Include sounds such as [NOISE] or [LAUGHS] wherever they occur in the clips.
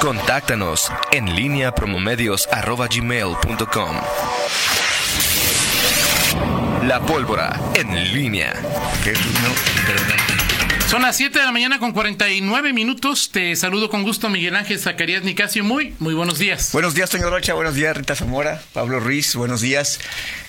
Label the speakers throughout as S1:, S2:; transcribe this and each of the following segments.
S1: Contáctanos en línea promomedios.com. La pólvora en línea.
S2: Son las 7 de la mañana con 49 minutos. Te saludo con gusto, Miguel Ángel Zacarías Nicasio. Muy, muy buenos días.
S3: Buenos días, Toño Rocha. Buenos días, Rita Zamora. Pablo Ruiz. Buenos días.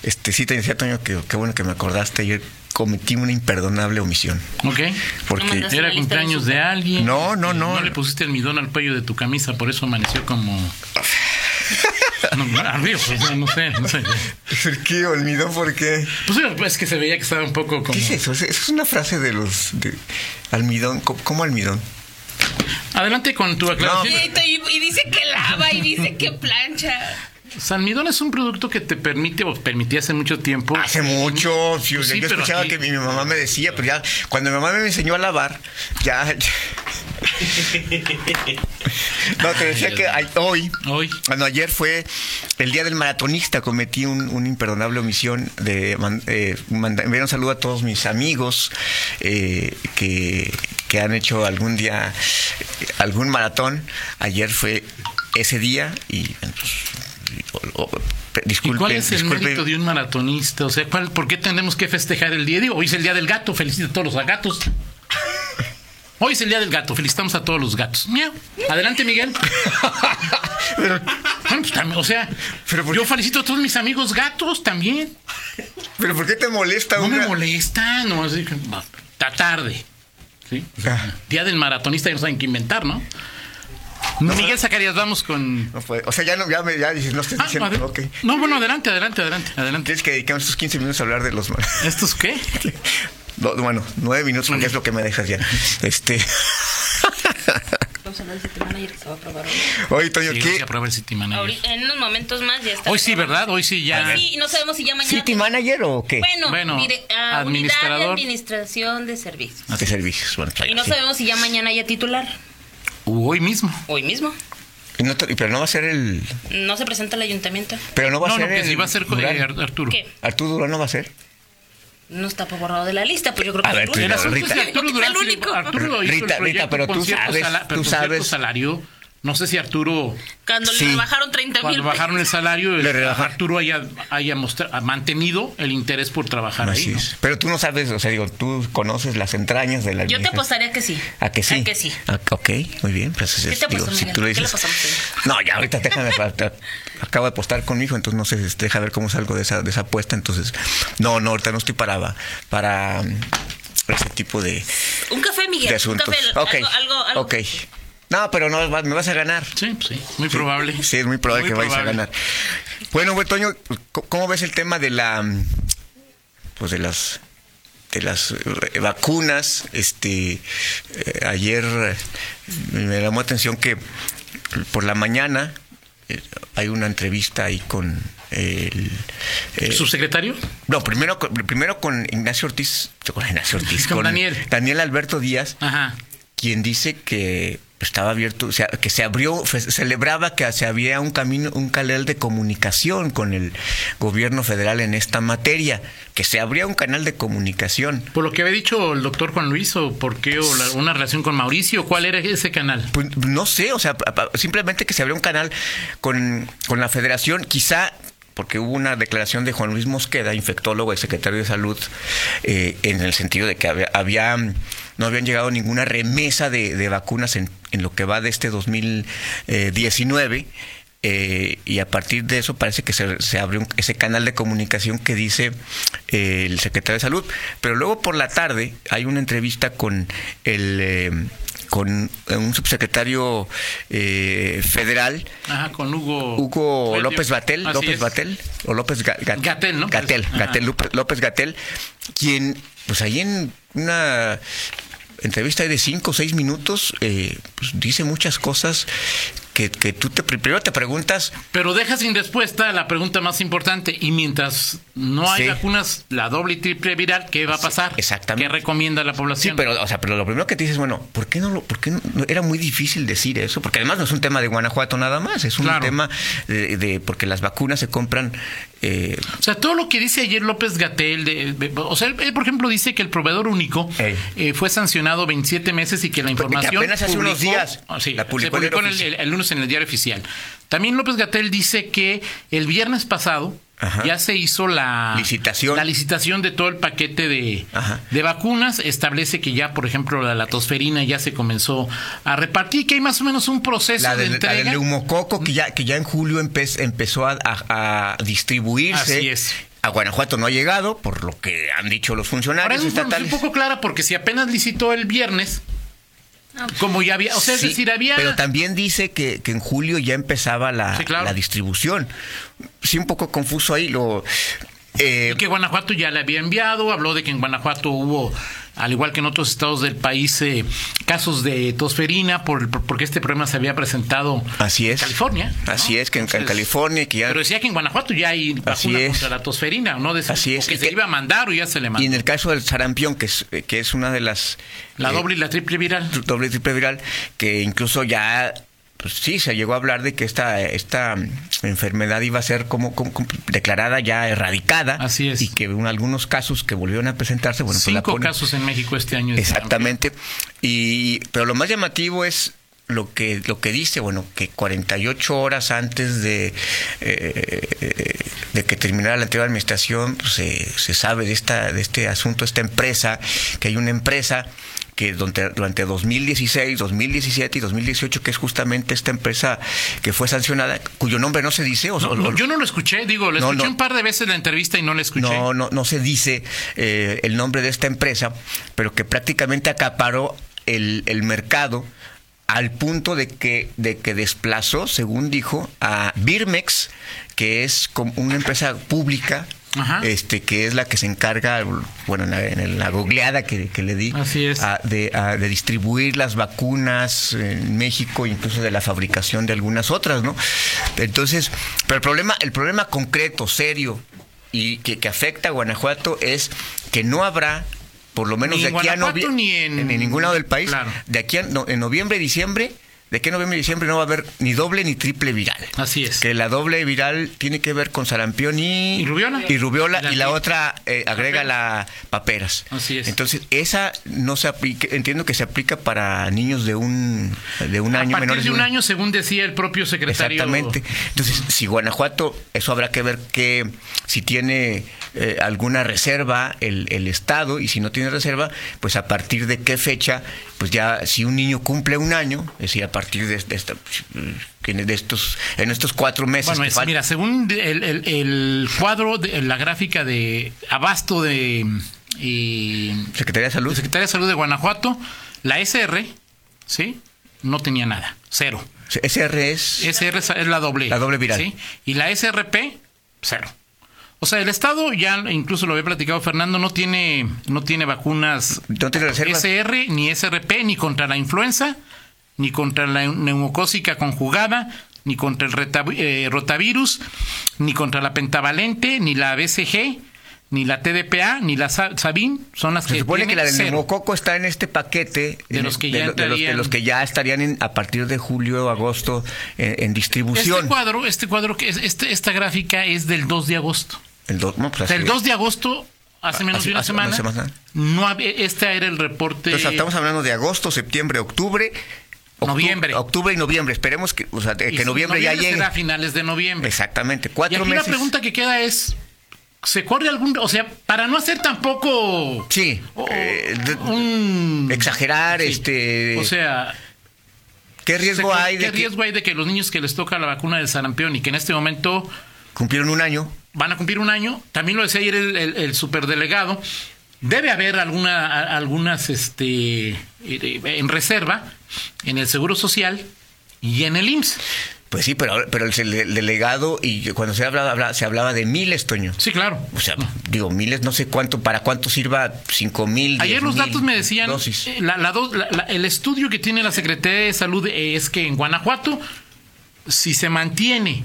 S3: Este, sí, te decía, Toño, que qué bueno que me acordaste. Ayer cometí una imperdonable omisión.
S2: Ok.
S3: Porque
S4: mandaste-
S2: Era cumpleaños de alguien. Eh,
S3: No, no, no.
S2: No le pusiste el midón al cuello de tu camisa, por eso amaneció como.
S3: [LAUGHS]
S2: No, arriba, pues, no sé, no sé.
S3: [LAUGHS] ¿Por qué olvidó? ¿Por qué?
S2: Pues es que se veía que estaba un poco como.
S3: ¿Qué es eso? Es- Es una frase de los... de- almidón. ¿Cómo, cómo almidón?
S2: Adelante con tu aclaración.
S4: Y, y- y dice que lava y dice que plancha.
S3: pues-
S2: Salmidón es un producto que te permite, o permitía hace mucho tiempo.
S3: Hace mucho. sí,
S2: Ah, Pues Sí,
S3: yo
S2: pero
S3: escuchaba
S2: aquí-
S3: que mi, mi mamá me decía, pero ya... Cuando mi mamá me enseñó a lavar,
S2: [LAUGHS]
S3: ya... [LAUGHS] No, te decía que ay- hoy
S2: Hoy.
S3: Bueno, ayer fue el día del maratonista. Cometí un, una imperdonable omisión de man- eh, manda- enviar un saludo a todos mis amigos eh, que, que han hecho algún día eh, algún maratón. Ayer fue ese día y bueno, pues, y- o- o- pe-
S2: ¿Y
S3: disculpen,
S2: cuál es el
S3: disculpen.
S2: mérito de un maratonista? O sea, ¿cuál, ¿por qué tenemos que festejar el día? Digo, hoy es el día del gato, felicito a todos
S3: [LAUGHS]
S2: los gatos. Hoy es el día del gato, felicitamos a todos los gatos. Miau. Adelante, Miguel.
S3: [LAUGHS] Pero,
S2: Bueno, pues, también, o sea,
S3: Pero ¿por
S2: yo
S3: qué?
S2: felicito a todos mis amigos gatos también.
S3: pero ¿por qué te molesta
S2: No
S3: una-
S2: me molesta, no así que, bah, está tarde. ¿sí?
S3: Ah,
S2: Día del maratonista, ya no saben qué inventar, ¿no? Miguel Zacarías, vamos con.
S3: no puede- o sea, ya no, ya, me- ya dices, no estoy
S2: Ah,
S3: diciendo,
S2: adel-
S3: ok.
S2: No, bueno, adelante, adelante, adelante, adelante.
S3: Tienes que dedicarme estos 15 minutos a hablar de los [LAUGHS] maratones.
S2: ¿Estos qué?
S3: No, Este, bueno, nueve minutos porque es lo que me dejas ya. Este, [LAUGHS]
S4: Vamos a hablar de manager que se va a probar
S3: oye Toño,
S2: Sí, vamos
S3: ¿qué?
S2: a probar el City Manager.
S4: En unos momentos más ya está.
S2: Hoy sí, ¿verdad? Hoy sí ya.
S4: Sí, y no sabemos si ya mañana.
S3: ¿City manager o qué?
S4: Bueno,
S2: Bueno,
S4: dire- ah, unidad de
S2: administrador.
S4: administración de servicios.
S3: de Ah, servicios. Bueno,
S4: Y no
S3: sí.
S4: sabemos si ya mañana haya titular.
S2: Uh, Hoy mismo.
S4: Hoy mismo.
S3: Y no te- pero no va a ser el.
S4: No se presenta el ayuntamiento.
S3: Pero no va a
S2: No, no,
S3: ser.
S2: que
S3: el
S2: sí va a ser con eh,
S3: Durán.
S2: Ar- Arturo.
S4: ¿Qué?
S3: Arturo Durán no va a ser.
S4: No está borrado de la lista, pero yo creo que
S3: A ver,
S4: el
S3: tú
S2: El
S4: único.
S3: dirás,
S2: asunto
S3: Rita.
S2: es que Ah, Arturo Durán.
S4: Es el único.
S2: Arturo hizo
S3: Rita,
S2: el
S3: Rita,
S2: proyecto
S3: pero
S2: con
S3: tú
S2: cierto
S3: sabes,
S2: sala- pero
S3: tú
S2: con cierto
S3: sabes.
S2: salario. No sé si Arturo,
S4: Cuando
S3: Sí.
S4: le bajaron 30 mil.
S2: cuando bajaron el salario, el-
S3: Le rebajaron.
S2: Arturo haya, haya mostra- ha mantenido el interés por trabajar ahí.
S3: Así
S2: ¿no?
S3: es. Pero tú no sabes, o sea, digo, tú conoces las entrañas de la.
S4: Yo te apostaría que sí.
S3: ¿A que sí?
S4: A que sí.
S3: Ah, ok, muy bien. Pues, es-
S4: ¿Qué te
S3: digo,
S4: pasó,
S3: si
S4: Miguel?
S3: tú le
S4: ¿Qué le
S3: dices.
S4: pasó a Miguel?
S3: no, ya ahorita déjame. pa- pa- acabo de apostar con mi hijo, entonces no sé, este, deja ver cómo salgo de esa, de esa apuesta. Entonces, no, no, ahorita no estoy para. para mm, ese tipo de,
S4: Un café, Miguel.
S3: de
S4: un
S3: asuntos.
S4: café.
S3: ok,
S4: Algo, algo, algo.
S3: ok. No, pero no, va- me vas a ganar.
S2: Sí, pues sí, muy probable.
S3: Sí, es muy probable que vayas a
S2: probable.
S3: ganar. Bueno, güey, Toño, ¿cómo- ¿cómo ves el tema de la mm, pues de las de las eh, vacunas? Este eh, ayer eh, me llamó atención que por la mañana eh, hay una entrevista ahí con el eh,
S2: ¿Subsecretario?
S3: no, primero con- primero con Ignacio Ortiz, con Ignacio Ortiz,
S2: [LAUGHS] Con Daniel.
S3: Daniel Alberto Díaz
S2: Ajá.
S3: quien dice que estaba abierto, o sea, que se abrió, fe- celebraba que se había un camino, un canal de comunicación con el gobierno federal en esta materia, que se abría un canal de comunicación.
S2: Por lo que había dicho el doctor Juan Luis, o por qué, o la- una relación con Mauricio, ¿cuál era ese canal?
S3: Pues no sé, o sea, pa- pa- simplemente que se abrió un canal con, con la federación, quizá porque hubo una declaración de Juan Luis Mosqueda, infectólogo y secretario de salud, eh, en el sentido de que había, había, mm, no habían llegado ninguna remesa de, de vacunas en, en lo que va de este 2019. eh, y a partir de eso parece que se, se abrió un- ese canal de comunicación que dice eh, el secretario de salud. Pero luego por la tarde hay una entrevista con el... eh, con un subsecretario eh, federal,
S2: Ajá, con Hugo.
S3: Hugo López Batel,
S2: Oh. Así
S3: López
S2: es.
S3: Batel, o López
S2: Gatell, ¿no?
S3: Gatel,
S2: Ajá.
S3: López Gatel, quien, pues ahí en una entrevista de cinco o seis minutos, eh, pues, dice muchas cosas que, que tú te, primero te preguntas,
S2: Pero deja sin respuesta la pregunta más importante. Y mientras no hay
S3: Sí.
S2: vacunas, la doble y triple viral, ¿qué va a pasar?
S3: exactamente.
S2: ¿Qué recomienda la
S3: Sí,
S2: población?
S3: pero, o sea, pero lo primero que te dices, bueno, ¿por qué no lo, por qué no- no- era muy difícil decir eso? Porque además no es un tema de Guanajuato nada más, es un
S2: Claro.
S3: tema de, de- porque las vacunas se compran eh,
S2: O sea, todo lo que dice ayer López Gatel, o sea, él, él, por ejemplo dice que el proveedor único
S3: Ey.
S2: eh, fue sancionado 27 meses y que la información
S3: apenas hace unos días
S2: Ah, sí,
S3: la publicó
S2: se
S3: en el
S2: publicó en el,
S3: ofici-
S2: el- el lunes en el diario oficial. También López Gatel dice que el viernes pasado
S3: Ajá.
S2: ya se hizo la
S3: Licitación.
S2: la licitación de todo el paquete de,
S3: Ajá.
S2: de vacunas. Establece que ya, por ejemplo, la, la tosferina ya se comenzó a repartir, que hay más o menos un proceso
S3: la,
S2: de
S3: del, la
S2: entrega.
S3: del neumococo que ya, que ya en julio empe- empezó a, a- a distribuirse.
S2: Así es.
S3: A Guanajuato no ha llegado, por lo que han dicho los
S2: Ahora
S3: funcionarios
S2: es una información
S3: estatales.
S2: un poco clara porque si apenas licitó el viernes, como ya había, o sea,
S3: Sí,
S2: es decir, había...
S3: Pero también dice que, que en julio ya empezaba la,
S2: Sí, claro.
S3: la distribución. Sí, un poco confuso ahí. Lo, eh,
S2: y que Guanajuato ya le había enviado, habló de que en Guanajuato hubo, al igual que en otros estados del país, eh, casos de tosferina por, por- porque este problema se había presentado
S3: Así es.
S2: en California. ¿no?
S3: Así es, que en, en
S2: Entonces,
S3: California, que ya-
S2: Pero decía que en Guanajuato ya hay
S3: Así
S2: vacuna
S3: es.
S2: contra la tosferina, ¿no? De,
S3: Así es,
S2: o que
S3: y
S2: se
S3: que-
S2: iba a mandar o ya se le mandó.
S3: y en el caso del sarampión, que es, eh, que es una de las...
S2: la
S3: eh,
S2: doble y la triple viral.
S3: tu- doble triple viral, que incluso ya, pues sí, se llegó a hablar de que esta, esta mm, enfermedad iba a ser como, como- como declarada ya erradicada.
S2: Así es.
S3: Y que en algunos casos que volvieron a presentarse, bueno, pues la
S2: Cinco
S3: ponen-
S2: casos en México este año. de
S3: Exactamente. Y, pero lo más llamativo es lo que, lo que dice, bueno, que 48 horas antes de, eh, de que terminara la anterior administración, pues, se, se sabe de, esta, de este asunto, esta empresa, que hay una empresa que durante, durante 2016, 2017 y 2018, que es justamente esta empresa que fue sancionada, cuyo nombre no se dice, o, o-
S2: No, yo no lo escuché, digo, lo
S3: No,
S2: escuché
S3: no.
S2: un par de veces la entrevista y no la escuché.
S3: no, no, no se dice eh, el nombre de esta empresa, pero que prácticamente acaparó el, el mercado al punto de que, de que desplazó, según dijo, a Birmex, que es como una empresa pública.
S2: Ajá.
S3: Este, que es la que se encarga, bueno, en la, en la googleada que, que le di,
S2: Así es.
S3: a- de, a- de distribuir las vacunas en México, incluso de la fabricación de algunas otras, ¿no? Entonces, pero el problema, el problema concreto, serio, y que, que afecta a Guanajuato es que no habrá, por lo menos
S2: Ni
S3: de
S2: en
S3: aquí a
S2: Guanajuato
S3: noviembre,
S2: ni en-
S3: ningún lado del país,
S2: Claro.
S3: de aquí a no- en noviembre y diciembre, de aquí a noviembre y diciembre no va a haber ni doble ni triple viral.
S2: Así es.
S3: Que la doble viral tiene que ver con sarampión y,
S2: Y rubiola.
S3: Y rubiola, y la,
S2: Y la-
S3: otra eh, agrega
S2: Paperas.
S3: la paperas.
S2: Así es.
S3: Entonces, esa no se aplica, entiendo que se aplica para niños de un, de un año
S2: a partir
S3: menores
S2: de un año, según decía el propio secretario.
S3: Exactamente. Entonces, si Guanajuato, eso habrá que ver que si tiene eh, alguna reserva el, el Estado y si no tiene reserva, pues a partir de qué fecha, pues ya si un niño cumple un año, es decir, a partir de, este, esta- de esta- de estos, en estos cuatro meses.
S2: Bueno,
S3: que
S2: es-
S3: fal-
S2: mira, según de- el, el- el cuadro, de, la gráfica de abasto de, y-
S3: Secretaría de Salud.
S2: de Secretaría de Salud de Guanajuato, la SR, ¿sí? No tenía nada, cero.
S3: SR es...
S2: SR es la doble.
S3: La doble viral.
S2: ¿sí? Y la SRP, cero. O sea, el Estado, ya incluso lo había platicado Fernando, no tiene, no tiene vacunas
S3: No tiene reserva.
S2: SR, ni SRP, ni contra la influenza, ni contra la neumocócica conjugada, ni contra el reta- eh, rotavirus, ni contra la pentavalente, ni la BCG, ni la TDPA, ni la Sa- Sabin. Son las
S3: Se
S2: que
S3: supone que
S2: tienen
S3: la del
S2: cero.
S3: neumococo está en este paquete
S2: De
S3: en-
S2: los que ya
S3: lo- de los- de
S2: entrarían.
S3: los que ya estarían en- a partir de julio o agosto en, en distribución.
S2: Este cuadro, este cuadro, que es- este, esta gráfica es del 2 de agosto.
S3: el, do- no, pues
S2: O sea, el
S3: así es. Ah,
S2: 2 de agosto, hace menos
S3: Hace-
S2: de una
S3: hace
S2: semana,
S3: una semana.
S2: no hab- este era el reporte.
S3: Entonces, estamos hablando de agosto, septiembre, octubre. octu-
S2: Noviembre.
S3: Octubre y noviembre. Esperemos que, o sea, de-
S2: y
S3: que noviembre, ya llegue.
S2: será a finales de noviembre.
S3: Exactamente.
S2: Y
S3: Cuatro
S2: aquí
S3: meses.
S2: la pregunta que queda es, ¿se corre algún, o sea, para no hacer tampoco
S3: Sí.
S2: o-
S3: eh, de-
S2: Oh, un
S3: exagerar,
S2: sí,
S3: este.
S2: o sea,
S3: ¿Qué riesgo
S2: se-
S3: hay de
S2: ¿qué
S3: que
S2: riesgo hay de que los niños que les toca la vacuna del sarampión y que en este momento
S3: cumplieron un año?
S2: van a cumplir un año. También lo decía ayer el, el- el superdelegado. Debe haber alguna, a- algunas este, en reserva en el Seguro Social y en el IMSS.
S3: Pues sí, pero, ahora- pero el, el delegado y cuando se hablaba, habla- se hablaba de miles, Toño.
S2: Sí, claro.
S3: O sea, digo, miles, no sé cuánto, para cuánto sirva, cinco mil.
S2: Ayer
S3: diez
S2: los
S3: mil
S2: datos me decían,
S3: dosis.
S2: eh, la- la dos- la- la- el estudio que tiene la Secretaría de Salud es que en Guanajuato, si se mantiene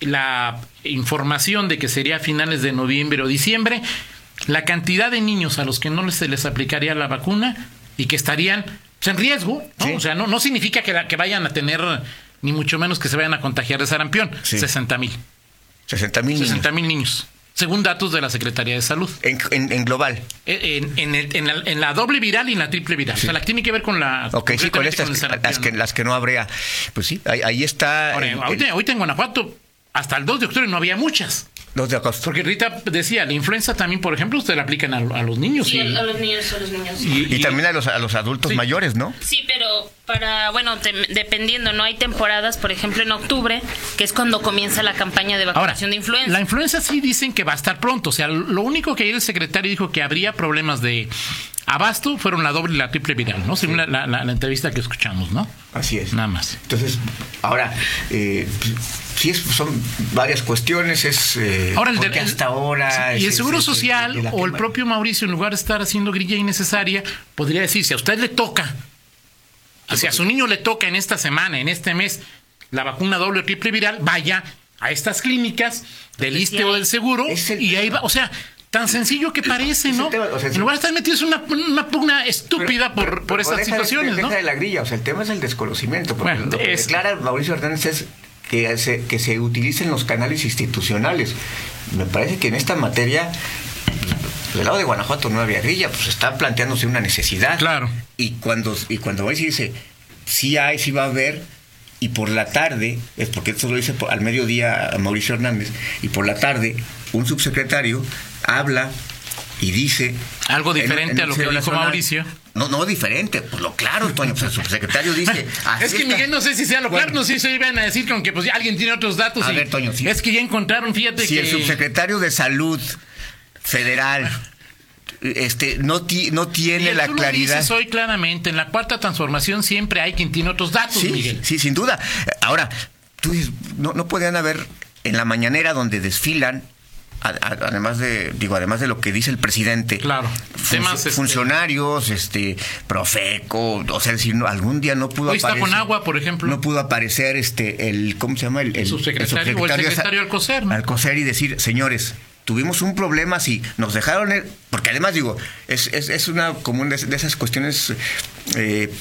S2: la información de que sería a finales de noviembre o diciembre, la cantidad de niños a los que no se les aplicaría la vacuna y que estarían pues, en riesgo, ¿no?
S3: Sí.
S2: o sea, no, no significa que, la- que vayan a tener, ni mucho menos que se vayan a contagiar de sarampión,
S3: Sí.
S2: 60 mil.
S3: 60 mil
S2: 60 mil niños, según datos de la Secretaría de Salud.
S3: En, en- en global.
S2: Eh, En, en el- en la, en la doble viral y en la triple viral. O sea, la que tiene que ver con la.
S3: Ok, sí, con
S2: completamente
S3: estas,
S2: con el sarampión.
S3: las que, las que no habría. Pues sí, ahí, ahí está.
S2: Ahora,
S3: el- el-
S2: ahorita, ahorita en Guanajuato, hasta el 2 de octubre no había muchas.
S3: los de agosto.
S2: Porque Rita decía, la influenza también, por ejemplo, usted la aplican a, a los niños.
S5: Sí,
S2: y-
S5: a los niños, a los niños.
S3: Y, también a los, a los adultos
S2: Sí.
S3: mayores, ¿no?
S5: Sí, pero para, bueno, tem- dependiendo, ¿no? Hay temporadas, por ejemplo, en octubre, que es cuando comienza la campaña de
S2: Ahora,
S5: vacunación de influenza.
S2: la influenza sí dicen que va a estar pronto. O sea, lo único que ayer el secretario dijo que habría problemas de abasto fueron la doble y la triple viral, ¿no? Según la, la- la- la entrevista que escuchamos, ¿no?
S3: Así es.
S2: Nada más.
S3: Entonces, ahora, eh, pues, sí, es- son varias cuestiones. Es, eh,
S2: Ahora, el de-
S3: porque hasta ahora.
S2: sí, y el
S3: es-
S2: Seguro
S3: es- es-
S2: Social
S3: de la
S2: o el
S3: quema.
S2: propio Mauricio, en lugar de estar haciendo grilla innecesaria, podría decir, si a usted le toca,
S3: Ah,
S2: o
S3: pues
S2: sea, a su niño le toca en esta semana, en este mes, la vacuna doble o triple viral, vaya a estas clínicas
S3: Pues
S2: del ISTE o del Seguro
S3: Es el
S2: y ahí va, o sea... Tan sencillo que parece,
S3: el
S2: ¿no?
S3: tema, o sea,
S2: en
S3: sí.
S2: lugar de estar metidos en una, una pugna estúpida por, por
S3: Pero
S2: estas
S3: deja de-
S2: situaciones,
S3: deja
S2: ¿no?
S3: de la grilla, o sea, el tema es el desconocimiento. Porque
S2: Bueno,
S3: lo que
S2: es-
S3: declara Mauricio Hernández es que se, que se utilicen los canales institucionales. Me parece que en esta materia, del lado de Guanajuato no había grilla, pues está planteándose una necesidad.
S2: Claro.
S3: Y cuando, y cuando Mauricio dice, sí hay, sí va a haber. Y por la tarde, es porque esto lo dice por- al mediodía a Mauricio Hernández, y por la tarde un subsecretario habla y dice...
S2: Algo
S3: en- en
S2: diferente
S3: un
S2: a lo que
S3: sitio
S2: dijo
S3: nacional,
S2: Mauricio.
S3: no, no, diferente. Pues lo claro, Toño. Pues el subsecretario dice. así
S2: [LAUGHS] es que
S3: está.
S2: Miguel no sé si sea lo
S3: Bueno,
S2: claro, no sé si iban a decir con que pues ya alguien tiene otros datos.
S3: A
S2: y
S3: ver, Toño, sí.
S2: Es que ya encontraron, fíjate
S3: Si
S2: que
S3: el subsecretario de Salud Federal este, no, ti- no
S2: Y
S3: tiene
S2: tú
S3: la
S2: lo
S3: claridad.
S2: dices hoy claramente, en la cuarta transformación siempre hay quien tiene otros datos,
S3: Sí,
S2: Miguel.
S3: sí, sin duda. Ahora, tú dices, no, no podían haber en la mañanera donde desfilan. a- a- Además de, digo, además de lo que dice el presidente,
S2: Claro.
S3: funcio-
S2: Temas, este-
S3: funcionarios, este, profeco, o sea, si no- algún día no pudo
S2: Hoy está
S3: aparecer-
S2: con agua, por ejemplo.
S3: no pudo aparecer este el cómo se llama el, el-
S2: Subsecretario o el secretario Alcocer, ¿no?
S3: Alcocer y decir señores tuvimos un problema si nos dejaron el-", porque además digo es, es, es una común de, de esas cuestiones eh, eh,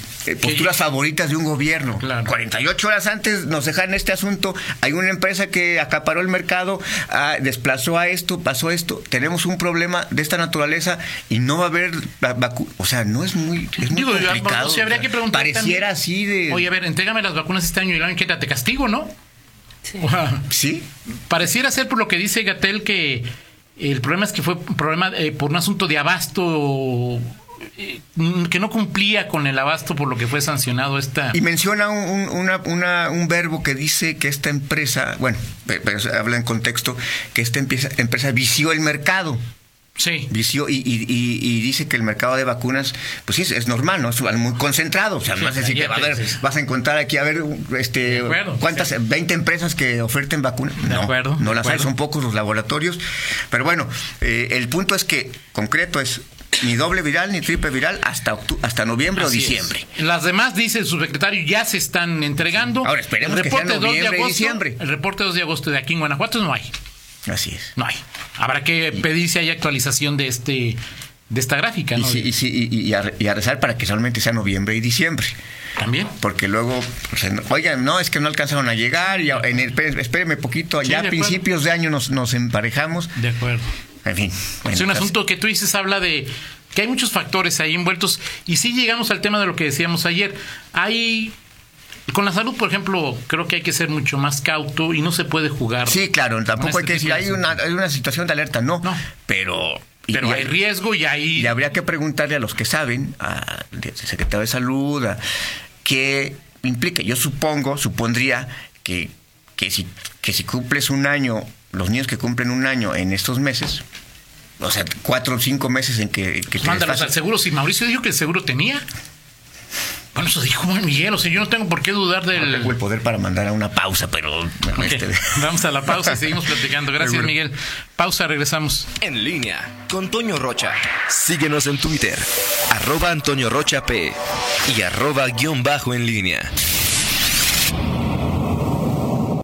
S3: posturas favoritas de un gobierno
S2: Claro.
S3: 48 horas antes nos dejan este asunto hay una empresa que acaparó el mercado ah, desplazó a esto pasó esto tenemos un problema de esta naturaleza y no va a haber va- vacu- o sea no es muy es muy
S2: Digo, ya,
S3: complicado
S2: vamos, sí, habría
S3: o
S2: que
S3: sea,
S2: preguntar
S3: pareciera
S2: también.
S3: así de
S2: Oye, a ver, entrégame las vacunas este año y la banqueta te castigo, ¿no?
S4: Sí.
S2: O sea,
S3: sí
S2: Pareciera ser por lo que dice Gatel que el problema es que fue un problema eh, por un asunto de abasto eh, mm, que no cumplía con el abasto por lo que fue sancionado esta.
S3: Y menciona un, un- una- una- un verbo que dice que esta empresa, bueno, pe- pero se habla en contexto, que esta empieza- empresa vició el mercado.
S2: Sí.
S3: Vició y, y- y- y dice que el mercado de vacunas, pues sí, es, es normal, ¿no? Es muy concentrado. O sea,
S2: Sí,
S3: no vas a decir que va a haber-
S2: sí, sí.
S3: vas a encontrar aquí, a ver, este,
S2: De acuerdo,
S3: ¿cuántas?
S2: sí.
S3: 20 empresas que oferten vacunas.
S2: De
S3: no,
S2: acuerdo,
S3: no
S2: de
S3: las hay,
S2: acuerdo.
S3: son pocos los laboratorios. Pero bueno, eh, el punto es que, concreto, es ni doble viral ni triple viral hasta, octu- hasta noviembre
S2: Así
S3: o
S2: es.
S3: diciembre.
S2: Las demás, dice el subsecretario, ya se están entregando.
S3: Ahora, esperemos
S2: el
S3: que sea
S2: reporte 2 de
S3: noviembre y
S2: agosto,
S3: diciembre.
S2: El reporte 2 de agosto de aquí en Guanajuato no hay.
S3: Así es.
S2: No hay. Habrá que pedir si hay actualización de este de esta gráfica,
S3: Y,
S2: ¿no?
S3: sí, y, sí, y- y a, y a rezar para que solamente sea noviembre y diciembre.
S2: También.
S3: Porque luego, pues, en- oigan, no, es que no alcanzaron a llegar. Y a- en el, espérenme- espérenme poquito,
S2: Sí,
S3: ya
S2: de
S3: a
S2: acuerdo.
S3: principios de año nos, nos emparejamos.
S2: De acuerdo.
S3: En fin. bueno,
S2: es un
S3: pues,
S2: asunto que tú dices, habla de que hay muchos factores ahí envueltos. Y sí llegamos al tema de lo que decíamos ayer. Hay. Con la salud, por ejemplo, creo que hay que ser mucho más cauto y no se puede jugar.
S3: Sí, claro, tampoco hay que
S2: este
S3: decir, hay una, hay una situación de alerta, no.
S2: No.
S3: Pero. y-
S2: Pero
S3: y-
S2: hay riesgo y hay.
S3: Y habría que preguntarle a los que saben, al secretario de Salud, a, qué implica. Yo supongo, supondría que, que, si, que si cumples un año, los niños que cumplen un año en estos meses, o sea, cuatro o cinco meses en que, que te
S2: Mándalos
S3: desfases-
S2: al seguro. Si Mauricio dijo que el seguro tenía. Bueno, eso dijo Juan Miguel. O sea, yo no tengo por qué dudar
S3: No
S2: del.
S3: tengo el poder para mandar a una pausa, pero... bueno,
S2: Ok,
S3: este-
S2: Vamos a la
S3: [LAUGHS]
S2: pausa y seguimos platicando. Gracias,
S3: Seguro.
S2: Miguel. Pausa, regresamos.
S1: En línea con Toño Rocha. Síguenos en Twitter, arroba Antonio Rocha P y arroba guión bajo en línea.